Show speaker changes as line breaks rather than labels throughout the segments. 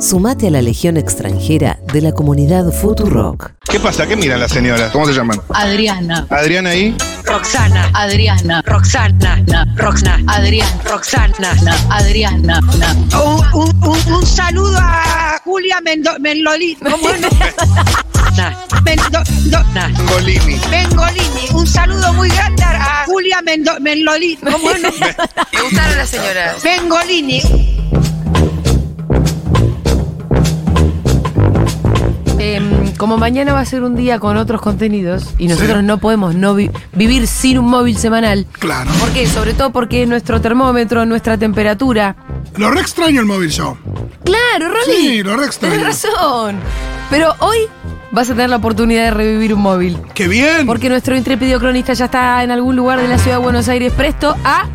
Sumate a la legión extranjera de la comunidad Futurock.
¿Qué pasa? ¿Qué miran las señoras? ¿Cómo se llaman?
Adriana,
Adriana ahí.
Roxana, Adriana, Roxana, na, Roxana, Adrián, Roxana, na, Adriana, na.
Un, un- un- un saludo a Julia Mendo- Menloli- ¿cómo es?
na,
Mendo- do-
na.
Golini.
Mengolini. Un saludo muy grande a Julia Mendo- Menloli- ¿cómo es?
Me gustaron las señoras.
Mengolini.
Em, como mañana va a ser un día con otros contenidos y nosotros no podemos no vi- vivir sin un móvil semanal.
Claro.
¿Por qué? Sobre todo porque es nuestro termómetro, nuestra temperatura.
Lo re extraño el móvil yo.
Claro, Rolly.
Sí, lo re extraño.
Tienes razón. Pero hoy vas a tener la oportunidad de revivir un móvil.
¡Qué bien!
Porque nuestro intrépido cronista ya está en algún lugar de la ciudad de Buenos Aires presto a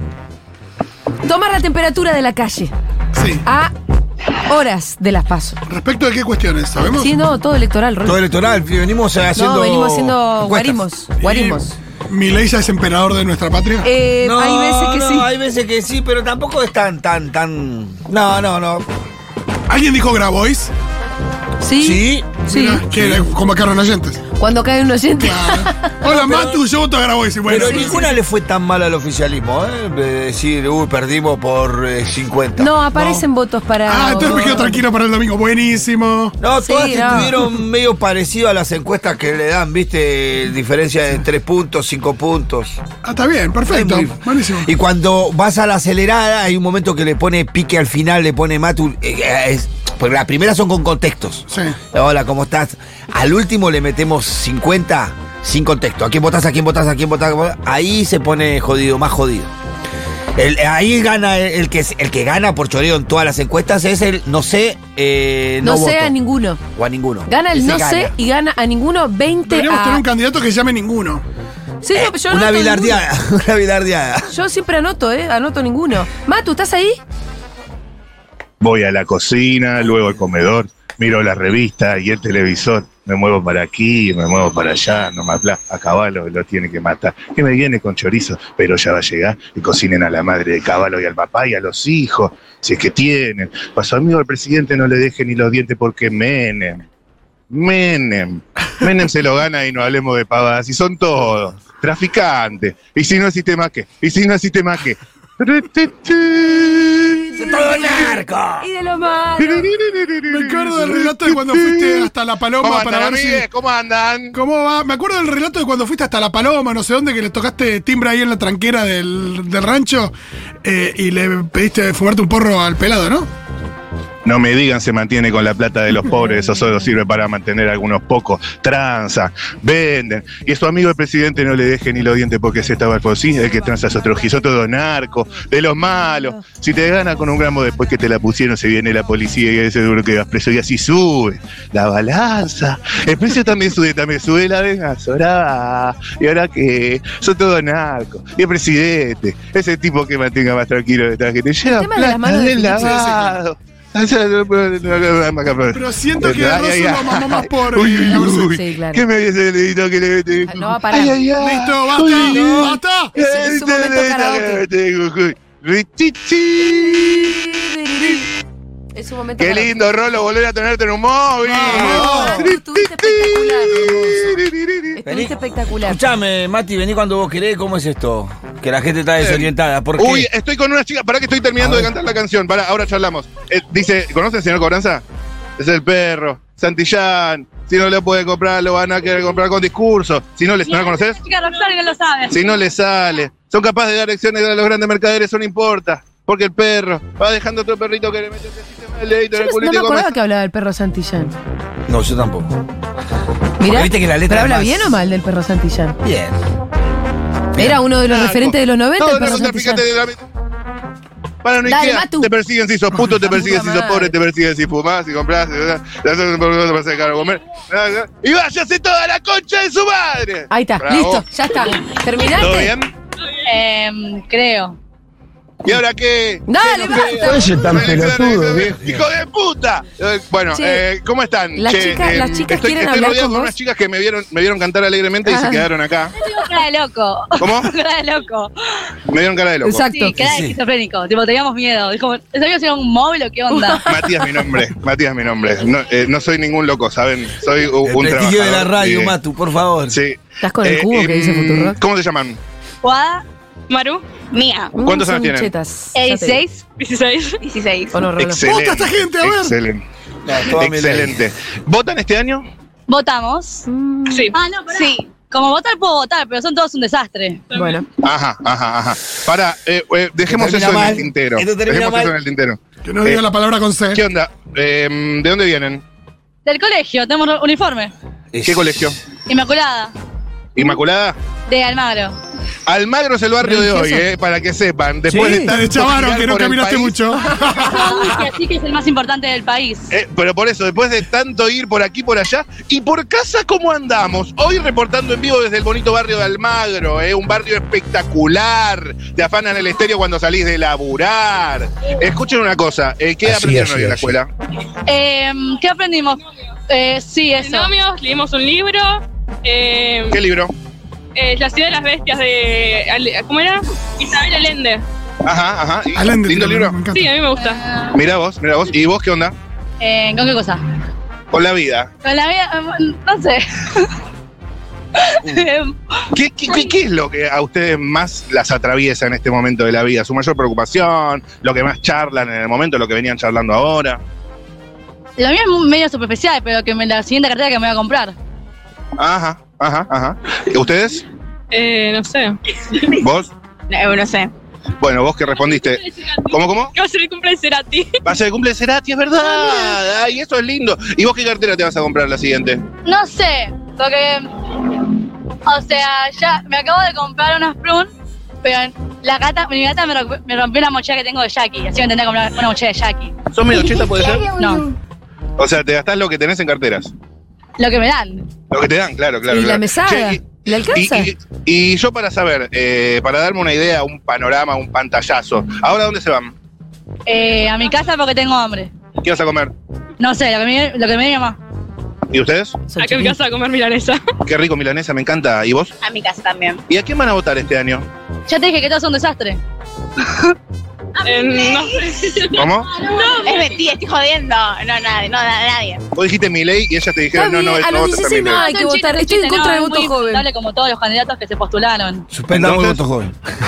tomar la temperatura de la calle.
Sí.
A horas de las pasos.
¿Respecto de qué cuestiones? ¿Sabemos?
Sí, no, todo electoral, Rolly.
Todo electoral, venimos haciendo.
no, venimos haciendo
encuestas.
guarimos. Guarimos.
Mi ley ya es emperador de nuestra patria.
Eh,
No,
hay veces que
no,
sí.
Hay veces que sí, pero tampoco es tan, tan, tan. No, no, no.
¿Alguien dijo Grabois?
Sí.
Sí.
Sí.
Mira, Que le convocaron oyentes.
Cuando cae un oyente.
Hola, Matu, yo voto a Grabois. Y Bueno,
Pero
sí,
ninguna le fue tan mal al oficialismo, ¿eh? De decir, uy, perdimos por eh, 50.
No, aparecen votos para.
Ah, entonces me quedo tranquilo para el domingo. Buenísimo.
No, todas
Sí,
que
no.
estuvieron medio parecido a las encuestas que le dan, ¿viste? Diferencia de 3 puntos, 5 puntos.
Ah, está bien, perfecto.
Es muy-
Buenísimo.
Y cuando vas a la acelerada, hay un momento que le pone pique al final, le pone Matu. eh, eh, es- porque las primeras son con contextos.
Sí.
Hola, ¿cómo estás? Al último le metemos 50 sin contexto. ¿A quién votás? ¿A quién votás? ¿A quién votás? a quién votás? Ahí se pone jodido, más jodido. El- ahí gana el, el que, el que gana por choreo en todas las encuestas es el no sé, eh, no,
No, sé
voto.
a ninguno.
O a ninguno.
Gana el
Ese
no sé y gana a ninguno 20
Deberíamos tener
a.
un candidato que se llame ninguno.
Sí, no, yo
Eh, una
anoto
bilardeada, una bilardeada.
ninguno. Yo siempre anoto, ¿eh? Anoto ninguno. Matu, ¿estás ahí?
Voy a la cocina, luego al comedor, miro la revista y el televisor. Me muevo para aquí, me muevo para allá, no me habla. A caballo lo tiene que matar. Que me viene con chorizo, pero ya va a llegar y cocinen a la madre de caballo y al papá y a los hijos, si es que tienen. Pues A su amigo el presidente no le deje ni los dientes porque Menem. Menem. Menem se lo gana y no hablemos de pavadas. Y son todos traficantes. Y si no existe más que, y si no existe más que.
¡Todo narco!
Y de lo malo.
Me acuerdo del relato de cuando fuiste hasta La Paloma para ver si.
¿Cómo andan?
¿Cómo va? Me acuerdo del relato de cuando fuiste hasta La Paloma, no sé dónde, que le tocaste timbre ahí en la tranquera del, del rancho eh, y le pediste fumarte un porro al pelado, ¿no?
No me digan se mantiene con la plata de los pobres, eso solo sirve para mantener a algunos pocos. Transan, venden. Y a su amigo el presidente no le deje ni los dientes porque se estaba Alfonsín, el que tranza es otro giso, todo narco, de los malos. Si te gana con un gramo después que te la pusieron, se viene la policía y es seguro que vas preso. Y así sube la balanza. El precio también sube, también sube la venganza. Ahora, ¿y ahora qué? Son todos narcos. Y el presidente, ese tipo que mantenga más tranquilo de esta gente. Lleva
tema de las
plata
manos
del
de Felipe, sí, sí,
lavado. Pero
Pero siento que Rosso lo mamó más por.
Uy,
eh,
uy, uy.
Sí, claro.
¿Qué me dice el dedito que le metí?
No va a parar.
Listo, basta,
Uy, no.
basta.
Es- es un
Este
momento
dedito
karaoke.
que le metí, uy, uy. Rititi.
Es un momento.
Qué
para-
lindo, Rolo, volver a tenerte en un móvil.
Vamos.
Matu, Estuviste espectacular.
Vení.
Estuviste espectacular.
Escuchame, Mati, vení cuando vos querés. ¿Cómo es esto? Que la gente está desorientada. ¿Por qué?
Uy, estoy con una chica. Pará que estoy terminando
A
de
ver.
cantar la canción. Pará, ahora charlamos. Eh, dice, ¿conocen al señor Cobranza? Es el perro, Santillán. Si no le puede comprar, lo van a querer comprar con discurso. Si no les, ¿no lo conoces? Si no le sale. Son capaces de dar lecciones a los grandes mercaderes, eso no importa. Porque el perro va dejando otro perrito que le mete ese sistema de dedito en el
Yo no, no
culito y
me
come.
acordaba que hablaba del perro Santillán.
No, yo tampoco.
Mirá,
viste que la letra es
¿pero habla
más-
bien o mal del perro Santillán?
Bien.
Era uno de los
Narco.
referentes de los 90, el
Todos
perro
los
Santillán.
traficantes de la para no
Dale,
Ikea,
Matu.
te persiguen si sos puto, te
Puta
persiguen si sos
madre.
pobre, te persiguen si fumás, si comprás, si te hacen por te hacen caro comer. Y váyase toda la concha de su madre.
Ah,
Ahí está,
Bravo.
listo, ya está.
¿Todo
¿Terminaste?
bien?
Em, creo.
¿Y ahora qué?
Dale, basta.
Oye, tan pelotudo, viejo.
¡Hijo de puta! Eh, Bueno,
Che,
eh, ¿cómo están?
las chicas- las chicas
estoy,
quieren
estoy
hablar
rodeado
con
de
vos.
unas chicas que me vieron, me vieron cantar alegremente y se
Ah.
quedaron acá.
Tengo cara de loco.
¿Cómo?
cara de loco.
Me dieron cara de loco.
Exacto.
Sí, cara
Sí.
de esquizofrénico. Tipo, teníamos miedo. Dijo, ¿sabías si era un móvil o qué onda?
Matías mi nombre, Matías mi nombre. No, eh, no soy ningún loco, ¿saben? Soy u-
El
un
prestigio
trabajador.
de la radio,
eh,
Matu, por favor.
Sí.
Estás con el
Eh,
cubo
em,
que dice Futurock.
¿Cómo se llaman?
Guada, Maru, mía.
Mm,
¿Cuántos
son
años tienen?
chetas. Ya te digo.
16. 16. 16.
¿O no, Rolo?
Excelente.
Posta esta gente, a ver.
Excelente.
Ah, toda mi
Excelente. ¿Votan este año?
¿Votamos?
Mm,
Ah, no, pará. Sí. Como votar puedo votar, pero son todos un desastre.
Bueno,
Ajá, ajá, ajá. Para, eh, eh, dejemos
Esto
eso
termina
en
mal.
el tintero.
Esto termina
Dejemos
mal.
eso en el tintero.
Que no diga
Eh,
la palabra con C.
¿Qué onda? Eh, ¿De dónde vienen?
Del colegio, tenemos uniforme.
Es-
¿Qué colegio?
Inmaculada,
¿Inmaculada?
de Almagro.
Almagro es el barrio de hoy, eh, para que sepan. Después
Sí.
de
La de
tanto
Chavaro,
girar
que no
por el
caminaste
país,
mucho.
Uy, que sí que es el más importante del país.
eh, pero por eso, después de tanto ir por aquí, por allá, y por casa, ¿cómo andamos? Hoy reportando en vivo desde el bonito barrio de Almagro, eh, un barrio espectacular. Te afanan el estéreo cuando salís de laburar. Escuchen una cosa, eh, ¿qué
Así,
aprendieron
así,
hoy en la
así.
escuela?
Eh, ¿Qué aprendimos? Eh, sí, eso.
Binomios, leímos un libro. eh,
¿Qué libro?
eh, la ciudad de las bestias de. Ale- ¿Cómo era? Isabel Allende.
Ajá, ajá. Y-
Alén de
lindo
Tiro,
libro.
me encanta.
Sí, a mí me gusta.
Mirá vos, mirá vos. ¿Y vos qué onda?
Eh, ¿Con qué cosa?
Con la vida.
Con la vida, eh, no sé. Em,
¿Qué, qué, qué- qué es lo que a ustedes más las atraviesa en este momento de la vida? ¿Su mayor preocupación? ¿Lo que más charlan en el momento? ¿Lo que venían charlando ahora?
lo mío es muy- medio superficial, pero que me, la siguiente cartera que me voy a comprar.
Ajá, ajá, ajá. ¿Y ¿Ustedes?
Eh, no sé.
¿Vos?
Eh,
No, no sé.
Bueno, vos que respondiste. ¿Cómo, cómo?
¿Qué va a ser el cumpleaños de Cerati?
Va a ser el cumple de Cerati, es verdad. Ay, eso es lindo. ¿Y vos qué cartera te vas a comprar la siguiente?
No sé, porque. O sea, ya me acabo de comprar unas Prun, pero la gata, mi gata me, ro- me rompió una mochila que tengo de Jackie, así que intenté comprar una mochila de Jackie.
¿Son medio cheta, puede ser?
No,
O sea, te gastás lo que tenés en carteras.
lo que me dan.
Lo que te dan, claro, claro.
y la
claro.
mesada.
Che, y-
¿Le alcanza?
Y, y- y yo para saber, eh, para darme una idea, un panorama, un pantallazo, ¿ahora dónde se van?
Eh, a mi casa porque tengo hambre.
¿Qué vas a comer?
No sé, lo que me, lo que me dio mi mamá.
¿Y ustedes?
Son
Acá en mi
chiquitos.
casa a comer milanesa.
Qué rico milanesa, me encanta. ¿Y vos?
A mi casa también.
¿Y a quién van a votar este año?
Ya te dije que todo es un desastre.
Eh, no sé.
¿Cómo?
es mentira, estoy jodiendo. No, nadie, no, nadie.
Vos dijiste mi ley y ellas te
Está
dijeron, no,
bien,
no,
a
no
los
votas a
16 no
Milei.
hay que votar. Estoy en contra del voto joven.
como todos los candidatos que se postularon.
Suspendamos el
Entonces-
voto joven.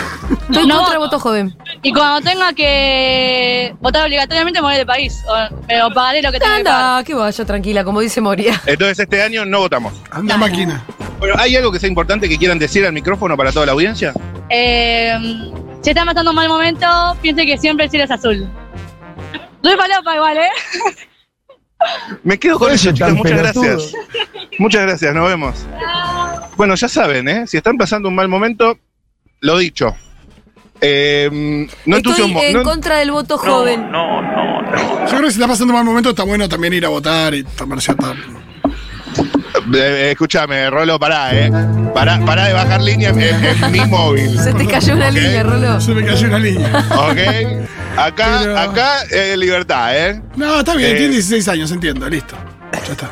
Estoy en
No
contra del
voto.
voto joven.
Y cuando tenga que votar obligatoriamente, me voy del país. O, pero pagaré lo que tenga que pagar.
Anda, que vaya tranquila, como dice Moria.
Entonces este año no votamos.
Anda máquina.
Bueno, ¿hay algo que sea importante que quieran decir al micrófono para toda la audiencia?
Eh, si están pasando un mal momento, piensen que siempre el cielo es azul. Soy palopa igual, ¿eh?
Me quedo con
Oye,
eso, chicas.
tan
Muchas
pelotudo.
gracias. Muchas gracias, nos vemos. Bueno, ya saben, ¿eh? Si están pasando un mal momento, lo dicho. Eh, no
Estoy
entusiasmo.
en
no-
contra del voto joven.
Yo creo que si está pasando un mal momento, está bueno también ir a votar y tomar cierta.
Eh, eh, escúchame, Rolo, pará, eh. Pará, pará de bajar línea en, en- en mi móvil.
Se te cayó una
Ok.
línea, Rolo.
Se me cayó una línea.
¿Ok? Acá,
Pero-
acá, eh, libertad, ¿eh?
No, está bien,
Eh.
tiene 16 años, entiendo, listo. Ya está.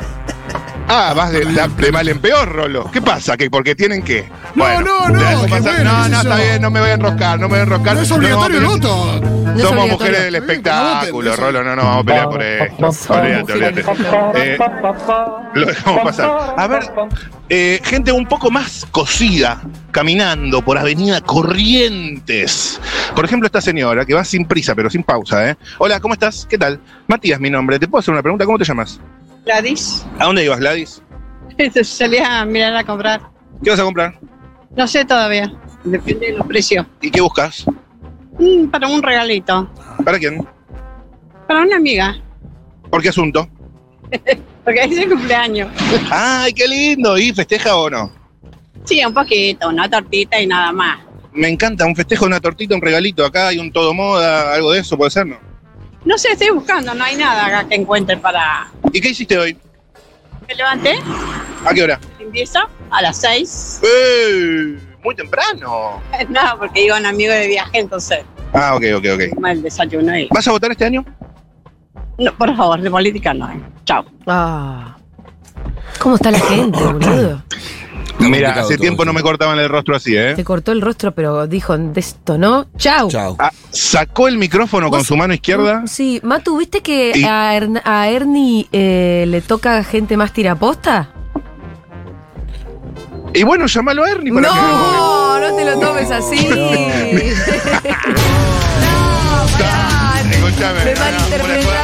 Ah, vas de, la- de mal en peor, Rolo. ¿Qué pasa? ¿Que ¿Porque tienen que?
No, no, no,
te dejo
que
pasar.
bueno,
no,
qué
no,
sé
está
yo.
bien, no me voy a enroscar, no me voy a enroscar.
No es
No,
obligatorio el
vamos a
voto.
pelear-
No es
Somos
obligatorio.
mujeres del
Está bien, que no voten,
espectáculo,
eso.
Ah, Rolo, no, no, vamos a pelear por esto. Olvídate, olvídate. Eh, lo dejamos pasar. A ver, eh, gente un poco más cocida, caminando por Avenida Corrientes. Por ejemplo, esta señora que va sin prisa, pero sin pausa, ¿eh? Hola, ¿cómo estás? ¿Qué tal? Matías, mi nombre. ¿Te puedo hacer una pregunta? ¿Cómo te llamas?
Gladys,
¿A dónde ibas, Gladys?
salí a mirar a comprar.
¿Qué vas a comprar?
No sé todavía, depende de los precios.
¿Y qué buscas?
Mm, para un regalito,
¿Para quién?
para una amiga,
¿Por qué asunto?
porque es el cumpleaños.
¡Ay, qué lindo! ¿Y festeja o no?
Sí, un poquito, una tortita y nada más.
Me encanta, un festejo, una tortita, un regalito. Acá hay un todo moda, algo de eso, puede ser, ¿no?
No sé, estoy buscando, no hay nada acá que encuentre para...
¿Y qué hiciste hoy?
Me levanté,
¿A qué hora?
empiezo a las 6.
¡Eh! Muy temprano.
No, porque iba un amigo de viaje, entonces
Ah, ok, ok, ok.
Mal el desayuno y.
¿Vas a votar este año?
No, por favor, de política no. eh. Chao.
Ah. ¿Cómo está la gente, boludo?
Mira,
complicado
hace
todo
tiempo
esto.
no me cortaban el rostro así, ¿eh?
Te cortó el rostro, pero dijo, de esto no. Chau.
Chao.
Ah, sacó el micrófono con
¿Vos-
su mano izquierda.
Mm, Sí, Matu, ¿viste que
Y-
a, Ern- a Ernie eh, le toca gente más tiraposta?
Y bueno, llamalo a Ernie para que.
No, no te lo tomes así.
Escúchame.
Me
no, no,
malinterpretaron.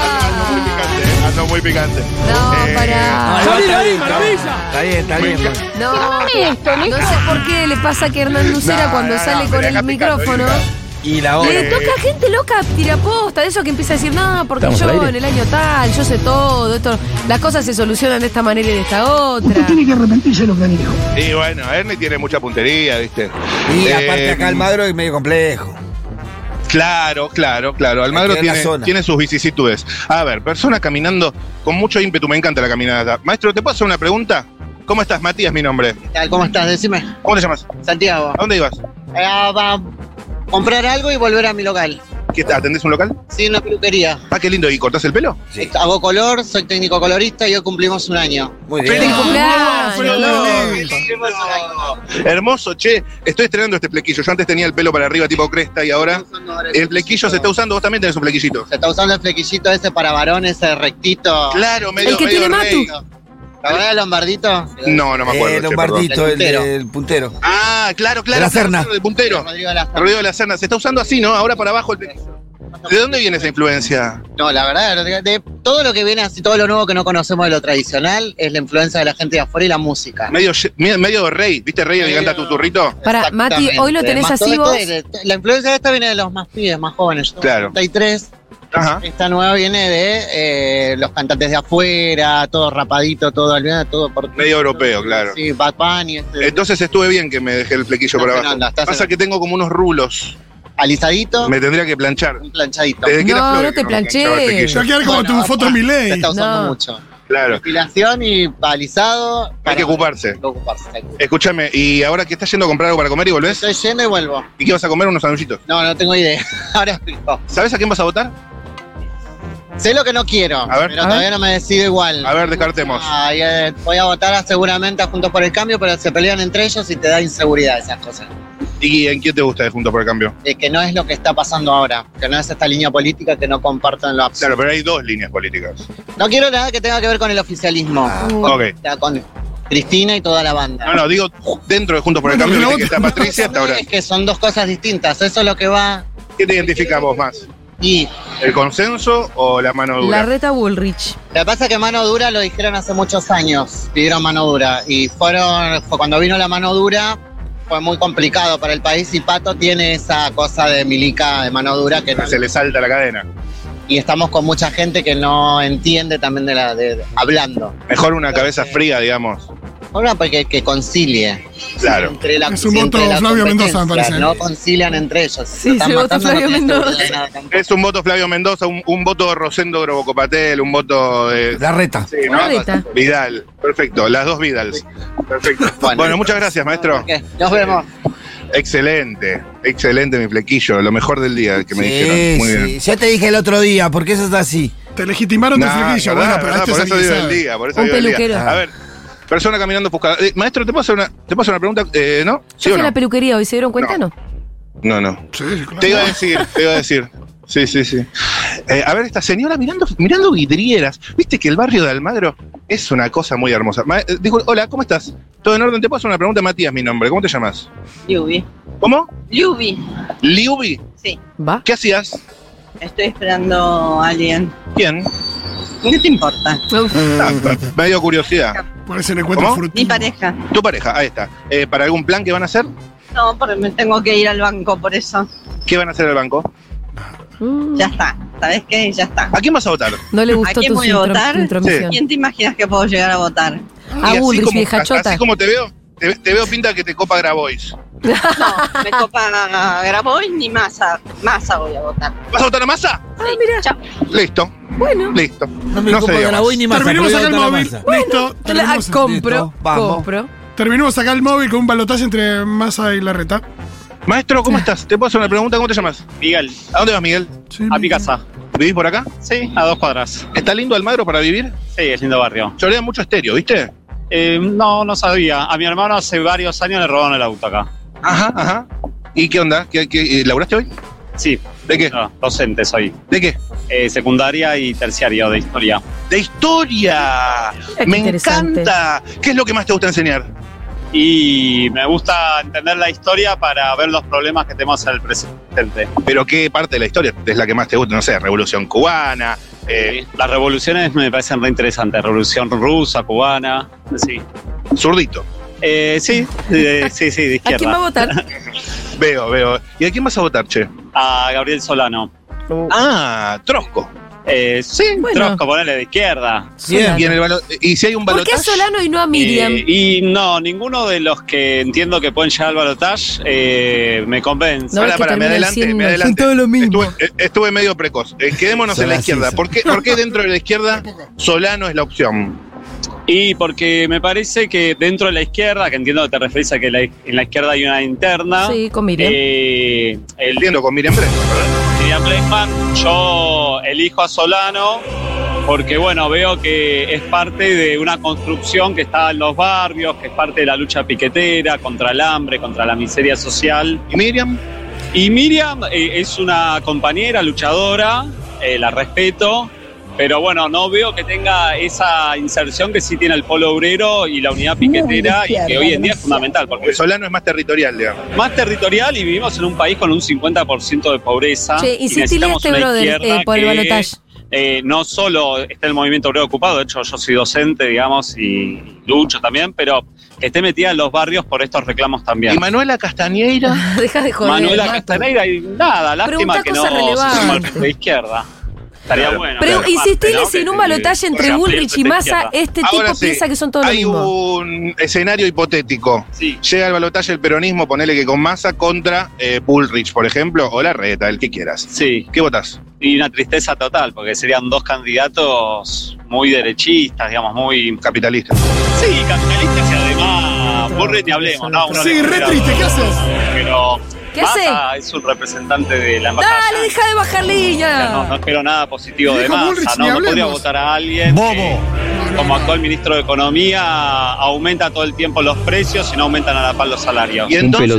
Ando muy picante, eh, ando muy picante.
No,
Eh,
pará.
No,
Salí de
está
ahí,
bien, está bien.
maravilla.
Está bien, está bien.
Me
man.
No, no sé por qué le pasa que Hernán Lucera
No,
cuando
no, no,
sale
me
con
dejá
el
picando,
micrófono.
Y la otra.
Le toca a gente loca tiraposta, de eso que empieza a decir, no, porque yo en el año tal, yo sé todo, esto, las cosas se solucionan de esta manera y de esta otra.
Y bueno, Ernie tiene mucha puntería, ¿viste?
Y
Eh,
aparte acá Almagro es medio complejo.
Claro, claro, claro. Almagro
Hay que ver la
tiene,
zona.
tiene sus vicisitudes. A ver, persona caminando con mucho ímpetu. Me encanta la caminata. Maestro, ¿te puedo hacer una pregunta? ¿Cómo estás? Matías, mi nombre.
¿Qué tal? ¿Cómo estás? Decime,
¿Cómo te llamas?
Santiago.
¿A dónde ibas?
Eh, ah, va a comprar algo y volver a mi local.
¿Qué, ¿Atendés un local?
Sí, una peluquería.
Ah, qué lindo. ¿Y cortás el pelo?
Eh, Hago color, soy técnico colorista y hoy cumplimos un año.
Muy
Feliz
bien.
cumpleaños.
Cumplimos un año.
Hermoso, che. Estoy estrenando este plequillo. Yo antes tenía el pelo para arriba tipo cresta y ahora
Estamos usando ahora
el plequillo se está usando. Vos también tenés un plequillito.
Se está usando el flequillito ese para varón, ese rectito.
Claro, medio
que
medio
tiene
rey.
¿La verdad, Lombardito?
No, no me acuerdo.
Eh,
che, perdón.
Lombardito,
perdón.
el,
Puntero.
el puntero.
Ah, claro, claro.
De
claro,
la Serna.
claro, El puntero.
Rodrigo Lazo.
Rodrigo de la Serna. Se está usando así, ¿no? Ahora para abajo el plequillo. ¿De dónde viene esa influencia?
No, la verdad, de, de todo lo que viene así, todo lo nuevo que no conocemos de lo tradicional, es la influencia de la gente de afuera y la música.
Medio, ye- me- medio rey, ¿viste rey el que canta tuturrito?
Para, Mati, hoy lo
Exactamente.
tenés
Más
así
todo
vos.
esto es de- la influencia de esta viene de los más pibes, más jóvenes. Yo tengo
Claro.
33.
Ajá.
Esta nueva viene de eh, los cantantes de afuera, todo rapadito, todo al todo por
Medio europeo, claro.
Sí, Bad Bunny, este,
Entonces estuve bien que me dejé el plequillo
Estás
para
en
abajo.
onda, estás en
Pasa
onda.
que tengo como unos rulos.
alisadito,
Me tendría que planchar.
un planchadito.
Desde que era
No,
flor
no
que
te
me planchaba el
planché.
plequillo.
Yo quiero como
Bueno,
tu foto
ah,
Milei.
Se está usando
No.
mucho.
Claro.
Depilación y alisado.
Hay que ocuparse.
Hay que ocuparse. hay que ocuparse.
Escúchame, y ahora que estás yendo a comprar algo para comer y volvés,
Estoy lleno y vuelvo.
¿y qué vas a comer? Unos sanduchitos.
No, no tengo idea. Ahora explico.
¿Sabes a quién vas a votar?
Sé lo que no quiero,
A ver.
pero
A
todavía no me decido igual.
A ver, descartemos.
Ay, eh, voy a votar a- seguramente a Juntos por el Cambio, pero se pelean entre ellos y te da inseguridad esas cosas.
¿Y en quién te gusta de Juntos por el Cambio?
Eh, que no es lo que está pasando ahora, que no es esta línea política que no comparto en lo absoluto.
Claro, pero hay dos líneas políticas.
No quiero nada que tenga que ver con el oficialismo,
Ah.
Ok.
Ya con Cristina y toda la banda.
No, no, digo dentro de Juntos por el
Bueno,
Cambio,
pero
desde
vos-
que está Patricia hasta ahora.
Es que son dos cosas distintas, eso es lo que va
¿Qué te identifica vos más?
y
¿El consenso o la mano
La
dura?
reta Bullrich.
Lo que pasa es que mano dura lo dijeron hace muchos años, pidieron mano dura y fueron, fue cuando vino la mano dura fue muy complicado para el país y Pato tiene esa cosa de milica de mano dura que no,
Se le salta la cadena.
y estamos con mucha gente que no entiende también de la de, de- hablando.
Mejor una cabeza fría, digamos.
Ahora porque que concilie
Claro.
entre la
Es un
entre
voto
la
Flavio Mendoza, me
competencia,
parece.
No concilian entre ellos.
Sí, se vota Flavio Mendoza.
Es un voto Flavio Mendoza, un, un voto Rosendo Grobocopatel, un voto de.
La reta.
Sí,
La
¿no?
reta.
Vidal. Perfecto, las dos Vidals. Perfecto.
Bueno.
Bueno, muchas gracias, maestro.
Ok, Nos vemos.
Excelente, excelente mi flequillo, lo mejor del día que me dijeron. Muy
sí.
bien.
Ya te dije el otro día, porque eso es así.
Te legitimaron tu
Nah,
flequillo.
verdad,
Bueno, pero
verdad,
este es
por
el
eso
que
digo el
sabe.
día, por eso
Un
digo el día. Ah.
peluquero.
A ver, persona caminando buscada. Eh, maestro, ¿te puedo hacer una, te puedo hacer una pregunta? Eh, ¿No? ¿Sí
Yo
o
fui a
no?
la peluquería hoy, ¿se dieron cuenta no?
No, no.
Sí, claro.
Te iba a decir, te iba a decir. Sí, sí, sí. Eh, a ver, esta señora mirando, mirando vidrieras. Viste que el barrio de Almagro es una cosa muy hermosa. Ma- eh, dijo, hola, ¿cómo estás? ¿Todo en orden? Te puedo hacer una pregunta, Matías, mi nombre. ¿Cómo te llamas?
Yubi.
¿Cómo?
Yubi.
Liubi.
Sí.
¿Va?
¿Qué hacías?
Estoy esperando a alguien.
¿Quién?
¿Qué te importa?
Ah, me dio curiosidad.
Parece el encuentro
¿Cómo?
Mi
fructífero.
pareja.
Tu pareja, ahí está. Eh, ¿Para algún plan que van a hacer?
No, porque me tengo que ir al banco, por eso.
¿Qué van a hacer al banco?
Mm,
Ya está. ¿Sabes qué? Ya está.
¿A quién vas a votar?
No le gustó
¿A quién
tu
voy a
intro-
votar?
tu intromisión.
¿Quién te imaginas que puedo llegar a votar?
A
Y
Bullrich,
como,
vieja chota.
así como te veo, te, te veo pinta que te copa Grabois.
No, me copa Grabois ni Massa. Massa voy a votar.
¿Vas a votar a Massa?
Ah, mira.
Listo,
Bueno.
listo.
No
No se dio
la
más.
voy ni más.
Terminemos acá el móvil. Listo.
La-
Terminemos,
ah, compro.
Listo, vamos.
Compro.
terminemos acá el móvil con un balotaje entre Massa y Larreta.
Maestro, ¿cómo estás? ¿Te puedo hacer una pregunta? ¿Cómo te llamas?
Miguel.
¿A dónde vas, Miguel?
A Picasa.
¿Vivís por acá?
Sí, a dos cuadras.
¿Está lindo Almagro para vivir?
Sí, es lindo barrio.
Chorea mucho estéreo, ¿viste?
Eh, no, no sabía. A mi hermano hace varios años le robaron el auto acá.
Ajá, ajá. ¿Y qué onda? ¿Qué, qué, eh, ¿Laburaste hoy?
Sí.
¿De qué?
No, docente soy.
¿De qué?
Eh, secundaria y terciario de historia.
¡De historia!
Qué
¡Me
interesante.
encanta! ¿Qué es lo que más te gusta enseñar?
Y me gusta entender la historia para ver los problemas que tenemos en el presente.
¿Pero qué parte de la historia es la que más te gusta? No sé, Revolución Cubana. eh,
Las revoluciones me parecen re interesantes. Revolución rusa, cubana. Sí.
Zurdito.
Eh, sí, eh, sí, sí, de
¿A quién va a
izquierda.
votar?
Veo, veo. ¿Y a quién vas a votar, che?
A Gabriel Solano.
Ah, Trosco.
Eh, sí,
Uh. Bueno.
Trosco, ponele de izquierda.
Solano.
Y, en el balo- y si hay un
¿Por qué a
balotaje.
Solano y no a Miriam?
Eh, y no, ninguno de los que entiendo que pueden llegar al balotaje eh, me convence.
No,
Pará,
es que
pará, me
termina
adelante,
siendo-
me
Son
adelante.
todo lo mismo. Ah,
Estuve, eh, estuve medio precoz. Eh, quedémonos
Son
en la
así,
izquierda.
son.
¿Por qué, por qué dentro de la izquierda Solano es la opción?
Y porque me parece que dentro de la izquierda, que entiendo que te referís a que la- en la izquierda hay una interna,
Sí, con Miriam.
eh, el
Entiendo con Miriam Bresco, ¿verdad?
Miriam Bregman, yo elijo a Solano porque, bueno, veo que es parte de una construcción que está en los barrios, que es parte de la lucha piquetera contra el hambre, contra la miseria social.
¿Y Miriam?
Y Miriam eh, es una compañera luchadora, eh, la respeto, pero bueno, no veo que tenga esa inserción que sí tiene el polo obrero y la unidad piquetera y que hoy en día es fundamental, porque
Porque Solano es más territorial, digamos.
es más territorial y vivimos en un país con un 50% de pobreza.
Che,
y
insistile a
necesitamos
este
una
brother
izquierda
eh, por el
que,
balotaje.
eh, no solo está el movimiento obrero ocupado, de hecho yo soy docente, digamos, y lucho también, pero que esté metida en los barrios por estos reclamos también.
¿Y Manuela Castañeira?
Deja de joder.
Manuela
Marto.
Castaneira y nada, lástima
Pregunta
que no
cosas
se sumó al
relevantes.
frente de izquierda. Estaría
Claro.
bueno.
Pero
claro.
insistile
Parte, ¿no?
si en un
Que-
balotaje
que
entre
se
Bullrich y
apriete
Massa,
izquierda.
este
Ahora
tipo
sí,
piensa que son todos los
Hay
mismos.
un escenario hipotético.
Sí.
Llega al balotaje el peronismo, ponele que con masa contra eh, Bullrich, por ejemplo, o la reta, el que quieras.
Sí,
¿Qué votás?
y una tristeza total, porque serían dos candidatos muy derechistas, digamos, muy...
Capitalista.
Sí, capitalistas y además... Burri ni hablemos, ¿no? Uno
Sí,
le-
re triste, ¿qué haces?
Pero
¿Qué
Massa es un representante de la embajada.
Dale, deja de bajar línea.
No, no espero nada positivo
Dijo
de Massa,
Bullrich, ni
¿no? No podría
hablemos.
votar a alguien
Bobo.
que, como actual ministro de Economía, aumenta todo el tiempo los precios y no aumentan a la par los salarios.
Y entonces,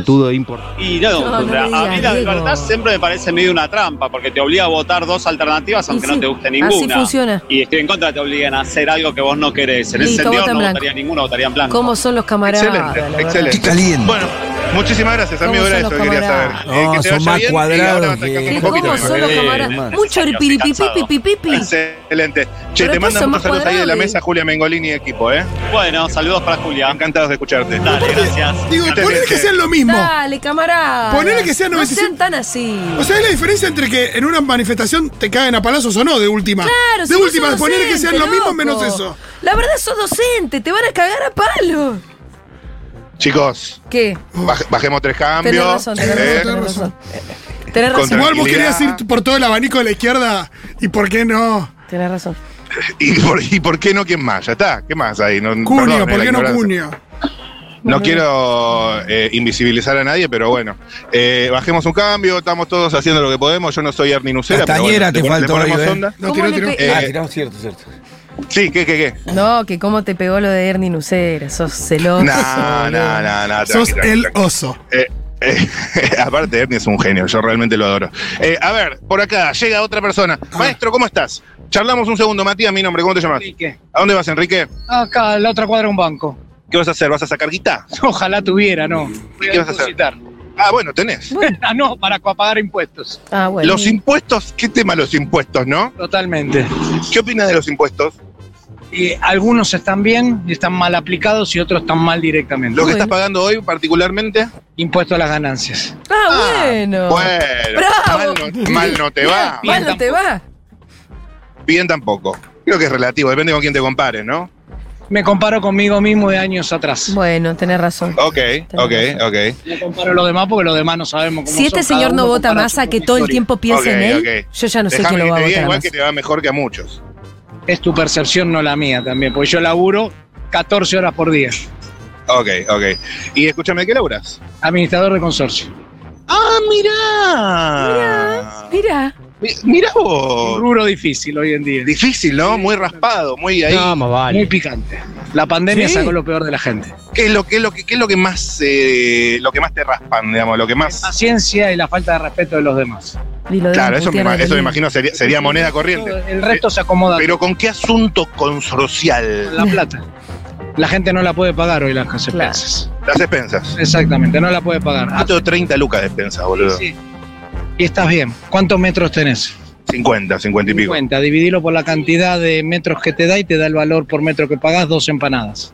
Y no,
No, no
Sandra,
me digas,
a mí la
Diego.
verdad siempre me parece medio una trampa, porque te obliga a votar dos alternativas
Y
aunque
sí,
no te guste
así
ninguna.
funciona.
Y estoy en contra, te obligan a hacer algo que vos no querés. En
Listo,
ese sentido
vota en
no
blanco.
votaría ninguno, votaría en blanco.
¿Cómo son los camaradas?
excelente,
la verdad?
excelente.
caliente.
Bueno, muchísimas gracias, amigo.
¿Cómo son
Era eso
los
que quería saber.
camaradas?
Eh,
No,
te
son
vaya
más
bien y
cuadrados
ahora vas a
que-
descansar
¿Qué,
un
¿Cómo
poquito.
son los
Eh,
camaradas?
hermano.
Mucho ripipipipipipipi.
Excelente. Che,
Pero
te
después
mando
son más
muchos saludos ahí de la
cuadrados.
mesa, Julia Mengolini y equipo, ¿eh?
Bueno, saludos para Julia.
Encantados de escucharte.
Dale, gracias.
Digo,
Excelente.
ponele que sean lo mismo.
Dale, camarada.
Ponele que sean
No
95.
sean tan así.
O sea, es la diferencia entre que en una manifestación te caguen a palazos o no, de última. De
Claro, si
última,
vos sos
ponele que
docente,
sean lo mismo
loco.
menos eso.
La verdad, sos docente, te van a cagar a palo.
Chicos,
¿Qué?
baj- bajemos tres cambios.
Tenés razón, tenés
¿eh?
razón, tenés razón. Tenés
Con
razón,
Igual vos
Tranquilidad.
querías ir por todo el abanico de la izquierda y por qué no.
tenés razón.
¿Y, por, y por qué no quién más? Ya está, ¿qué más ahí? No,
Cunio,
perdón,
¿por
la
qué no
ignorancia.
Cunio?
No quiero eh, invisibilizar a nadie, pero bueno. Eh, bajemos un cambio, estamos todos haciendo lo que podemos. Yo no soy Ernie Nucera, pero bueno,
Castañera
le
te
pon- le
faltó
ponemos
ahí, ¿eh?
onda.
No,
¿Cómo
tiró,
le
tiró.
pe-
Eh,
Ah, tiramos, cierto, cierto.
Sí, ¿qué, qué, qué?
No, que cómo te pegó lo de Ernie Nucera, sos celoso.
No, no, no, no.
Sos
tranqui, tranqui,
el
tranqui.
oso.
Eh, eh, aparte, Ernie es un genio, yo realmente lo adoro. Eh, a ver, por acá llega otra persona.
Ah.
Maestro, ¿cómo estás? Charlamos un segundo, Matías, mi nombre, ¿cómo te llamas?
Enrique.
¿A dónde vas, Enrique?
Acá, en la otra cuadra, un banco.
¿Qué vas a hacer? ¿Vas a sacar guita?
Ojalá tuviera, no. Voy
¿Qué vas a hacer?
depositar.
Ah, bueno, tenés.
Ah, no, para cua- pagar impuestos.
Ah, bueno.
Los impuestos, qué tema los impuestos, ¿no?
Totalmente.
¿Qué opinas de los impuestos?
Y Eh, algunos están bien y están mal aplicados y otros están mal directamente.
¿Lo que
Bueno.
estás pagando hoy particularmente?
Impuesto a las ganancias.
ah, bueno.
Bueno,
Bravo.
mal no, mal no te va.
Mal no te va.
Bien tampoco. Creo que es relativo, depende con quién te compares, ¿no?
Me comparo conmigo mismo de años atrás.
Bueno, tenés razón.
Ok, ok, ok.
No comparo los demás porque los demás no sabemos cómo
Si este
son. Cada
señor no
uno
vota
compara
Massa,
su
que
propia
todo el
historia.
tiempo piensa
Ok,
en él,
ok.
yo ya no sé
Dejame
quién lo
que
va a
te diga
votar. a
igual
Massa.
que te va mejor que a muchos.
Es tu percepción, no la mía también, porque yo laburo 14 horas por día.
Ok, ok. Y escúchame, ¿qué laburas?
Administrador de consorcio.
¡Ah, mirá!
Mira.
Mi- Mirá vos.
Un rubro difícil hoy en día.
Difícil, ¿no? Muy raspado, muy ahí.
No, más vale. Muy picante. La pandemia
Sí.
sacó lo peor de la gente.
¿Qué es lo, qué es lo, que- qué es lo que más eh, lo que más te raspan, digamos? Lo que más.
Paciencia y la falta de respeto de los demás.
Claro, eso me, ima- eso me imagino sería, sería moneda corriente.
El resto se acomoda.
Pero ¿con qué asunto consorcial?
La plata. La gente no la puede pagar hoy las expensas.
Las expensas.
Exactamente, no la puede pagar.
Yo tengo 30 lucas de expensas, boludo.
Sí. Y estás bien. ¿Cuántos metros tenés?
50, 50 y pico.
50. Dividilo por la cantidad de metros que te da y te da el valor por metro que pagás, dos empanadas.